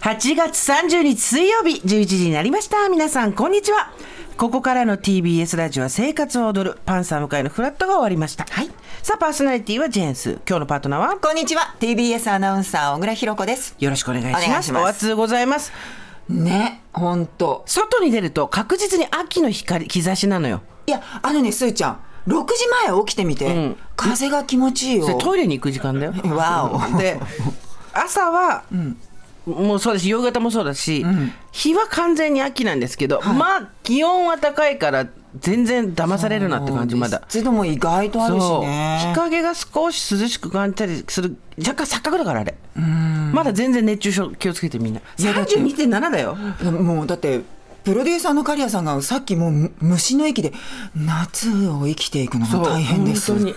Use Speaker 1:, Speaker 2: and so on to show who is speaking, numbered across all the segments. Speaker 1: 8月30日水曜日11時になりました。皆さん、こんにちは。ここからの TBS ラジオは生活を踊るパンサー向かいのフラットが終わりました。はい。さあ、パーソナリティはジェーンス。今日のパートナーは
Speaker 2: こんにちは TBS アナウンサー小倉弘子です
Speaker 1: よろしくお願いし
Speaker 2: お願
Speaker 1: ま
Speaker 2: い
Speaker 1: す。
Speaker 2: します
Speaker 1: お熱うございます。
Speaker 2: ね本当
Speaker 1: 外に出ると確実に秋の光、兆しなのよ。
Speaker 2: いやあのねすーちゃん6時前起きてみて、
Speaker 1: ん
Speaker 2: 風が気持ちいいよ
Speaker 1: それトイレに行く時間だよ。
Speaker 2: わお
Speaker 1: で、朝は、もうそうだし、夕方もそうだし、日は完全に秋なんですけど、まあ、気温は高いから、全然騙されるなって感じ、まだ。
Speaker 2: 湿度も意外とあるし
Speaker 1: そう日
Speaker 2: ね
Speaker 1: 陰が少し涼しく感じたりする若干錯覚だからあれまだ全然熱中症気をつけてみんない
Speaker 2: やだって
Speaker 1: 32.7だよ
Speaker 2: もうだってプロデューサーの刈谷さんがさっきもうむ虫の息で夏を生きていくのが大変ですっ
Speaker 1: 本当
Speaker 2: て
Speaker 1: に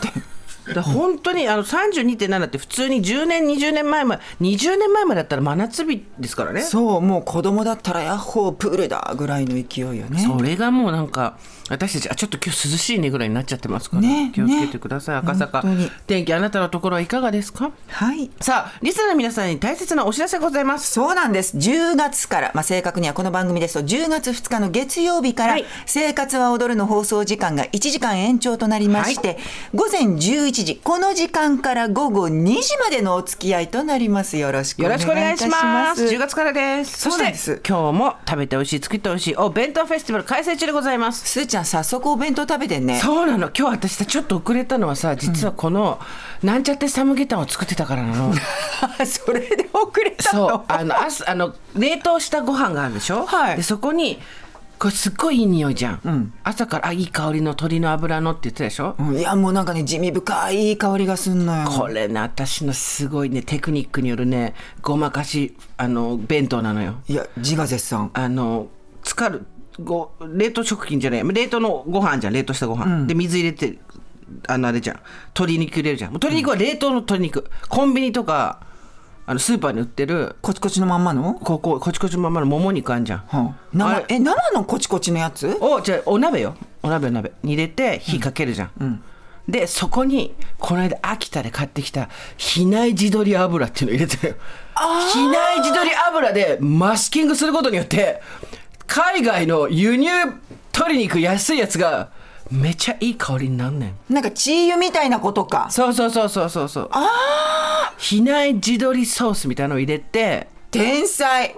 Speaker 1: だから本当にあの32.7って普通に10年20年前まで20年前までだったら真夏日ですからね
Speaker 2: そうもう子供だったらヤッホープールだぐらいの勢いよね
Speaker 1: それがもうなんか私たちあちょっと今日涼しいねぐらいになっちゃってますから、
Speaker 2: ね
Speaker 1: 気をつけてください、赤坂
Speaker 2: 本当に
Speaker 1: 天気あなたのところはいかがですか
Speaker 2: はい
Speaker 1: さあリスナーの皆さんに大切なお知らせございます
Speaker 2: そうなんです。10月から、まあ、正確にはこの番組ですと、10月2日の月曜日から、
Speaker 1: はい
Speaker 2: 生活は踊るの放送時間が1時間延長となりまして、午前11時、この時間から午後2時までのお付き合いとなります。よろしくお
Speaker 1: よろ
Speaker 2: 願いい
Speaker 1: しくお願
Speaker 2: た
Speaker 1: い
Speaker 2: し
Speaker 1: しま。
Speaker 2: ますす。
Speaker 1: 10月からです。そ
Speaker 2: そう
Speaker 1: し
Speaker 2: なん
Speaker 1: て
Speaker 2: です
Speaker 1: 今日も食べて美味しい、作って美味しいお弁当フェスティバル開催中でございます。
Speaker 2: すーちゃん、早速お弁当食べてんね。
Speaker 1: そうなの。今日私さちょっと遅れたのはさ、実はこの、なんちゃってサムゲタンを作ってたからな の。
Speaker 2: それで遅れた
Speaker 1: そう
Speaker 2: の。
Speaker 1: あのあすあの冷凍したご飯があるでしょ、
Speaker 2: はい
Speaker 1: でそこにこれすっごいいい匂いじゃん、朝からあいい香りの鶏の油のって言ってたでしょ、
Speaker 2: うんいや、もうなんかね、地味深いいい香りがすんのよ。
Speaker 1: これね私のすごいねテクニックによるねごまかしあの弁当なのよ
Speaker 2: いや、自画絶賛。
Speaker 1: あの浸かるご冷凍食品じゃない冷凍のご飯じゃん冷凍したご飯、で水入れてあのあれじゃん鶏肉入れるじゃんもう鶏肉は冷凍の鶏肉、コンビニとかあのスーパーに売ってる
Speaker 2: コチコチのまんまの、
Speaker 1: ここコチコチのままのもも肉あんじゃん、
Speaker 2: はあ
Speaker 1: あ
Speaker 2: 生
Speaker 1: れ
Speaker 2: え、生のコチコチのやつ
Speaker 1: をじゃあお鍋よお鍋お鍋に入れて火かけるじゃん、でそこにこの間秋田で買ってきた比内地鶏油っていうの入れてるよ比内地鶏油でマスキングすることによって海外の輸入鶏肉安いやつがめちゃいい香りになんねん
Speaker 2: なんかチー油みたいなことか。
Speaker 1: そうそうそうそうそうそう比内地鶏ソースみたいのを入れて
Speaker 2: 天才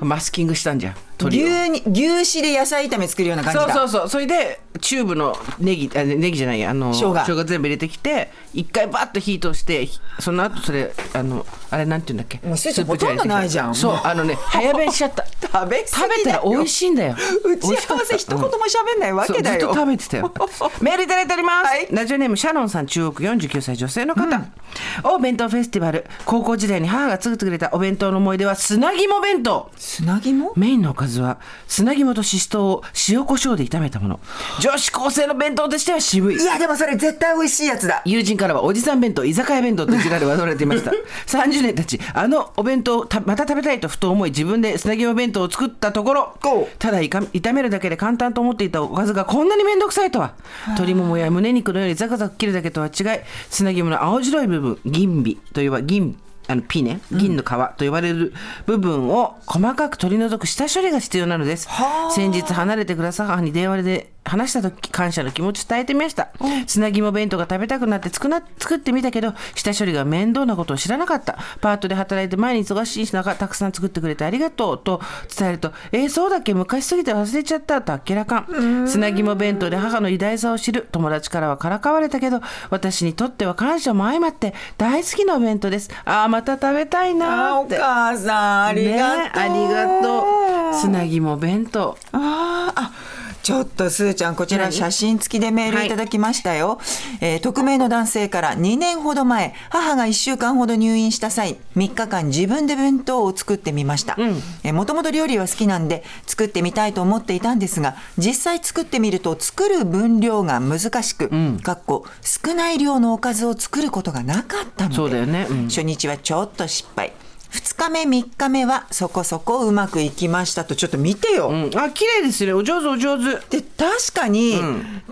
Speaker 1: マスキングしたんじゃん鶏を
Speaker 2: 牛に牛脂で野菜炒め作るような感じだ
Speaker 1: そうそうそうそれでチューブのネギあネギじゃないやあの
Speaker 2: 生姜
Speaker 1: 全部入れてきて一回バッと火通してひその後それあのあれなんていうんだっけ
Speaker 2: もうスープ
Speaker 1: プじゃ
Speaker 2: ほとんどないじゃん
Speaker 1: そうあのね 早弁しちゃった
Speaker 2: 食べ過
Speaker 1: 食べ
Speaker 2: ぎだ
Speaker 1: た
Speaker 2: よ
Speaker 1: ら美味しいんだよ
Speaker 2: 打ち合わせ一言も喋んないわ
Speaker 1: そう
Speaker 2: けだ
Speaker 1: ずっ
Speaker 2: よ
Speaker 1: と食べてた よメールいただいております、
Speaker 2: はい
Speaker 1: ラジオネームシャロンさん中央区49歳女性の方、お弁当フェスティバル高校時代に母が作ってくれたお弁当の思い出は砂肝弁当
Speaker 2: 砂肝
Speaker 1: メインのおかずは砂肝とししとうを塩コショウで炒めたもの女子高生の弁当としては渋い
Speaker 2: いやでもそれ絶対美味しいやつだ
Speaker 1: 友人からはおじさん弁当居酒屋弁当といじられ笑われていました30年たちあのお弁当をたまた食べたいとふと思い自分で砂肝弁当を作ったところ
Speaker 2: おう
Speaker 1: ただいか炒めるだけで簡単と思っていたおかずがこんなに面倒くさいとは鶏ももや胸肉のようにザクザク切るだけとは違い砂肝の青白い部分銀尾といえば銀あのピね銀の皮と呼ばれる部分を細かく取り除く下処理が必要なのです
Speaker 2: はあ
Speaker 1: 先日離れてください母に電話で話した時感謝の気持ちを伝えてみました砂肝弁当が食べたくなって作な作ってみたけど下処理が面倒なことを知らなかったパートで働いて毎日忙しい中たくさん作ってくれてありがとうと伝えるとえー、そうだっけ昔すぎて忘れちゃったとあっけらかん砂肝弁当で母の偉大さを知る友達からはからかわれたけど私にとっては感謝も相まって大好きなお弁当ですあーまた食べたいな
Speaker 2: あ
Speaker 1: ー
Speaker 2: お
Speaker 1: って
Speaker 2: 母さんありがとう、
Speaker 1: ねありがとう砂肝弁当
Speaker 2: あーあちょっとすーちゃんこちら
Speaker 1: 何
Speaker 2: 写真付きでメールいただきましたよ、えー匿名の男性から2年ほど前母が1週間ほど入院した際3日間自分で弁当を作ってみましたもともと料理は好きなんで作ってみたいと思っていたんですが実際作ってみると作る分量が難しく、かっこ少ない量のおかずを作ることがなかったので
Speaker 1: そうだよねうん
Speaker 2: 初日はちょっと失敗2日日目3日目はそこそこうまくいきましたとちょっと見てよ、
Speaker 1: うん、あ綺麗ですねお上手お上手
Speaker 2: で確かに、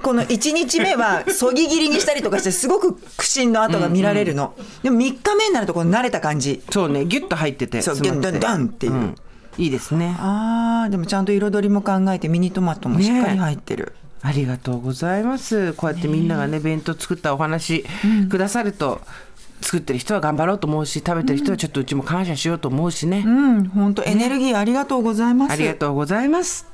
Speaker 2: この1日目はそぎ切りにしたりとかしてすごく苦心の跡が見られるの、でも3日目になるとこう慣れた感じ
Speaker 1: そうねギュッと入ってて
Speaker 2: そう
Speaker 1: すごく
Speaker 2: ギュッ
Speaker 1: ね
Speaker 2: ドンドンっていうん
Speaker 1: いいですね
Speaker 2: あーでもちゃんと彩りも考えてミニトマトもしっかり入ってる、
Speaker 1: ありがとうございますこうやってみんながね弁当作ったお話くださると、作ってる人は頑張ろうと思うし食べてる人はちょっとうちも感謝しようと思うしね、
Speaker 2: うん本当エネルギーありがとうございます、
Speaker 1: ありがとうございます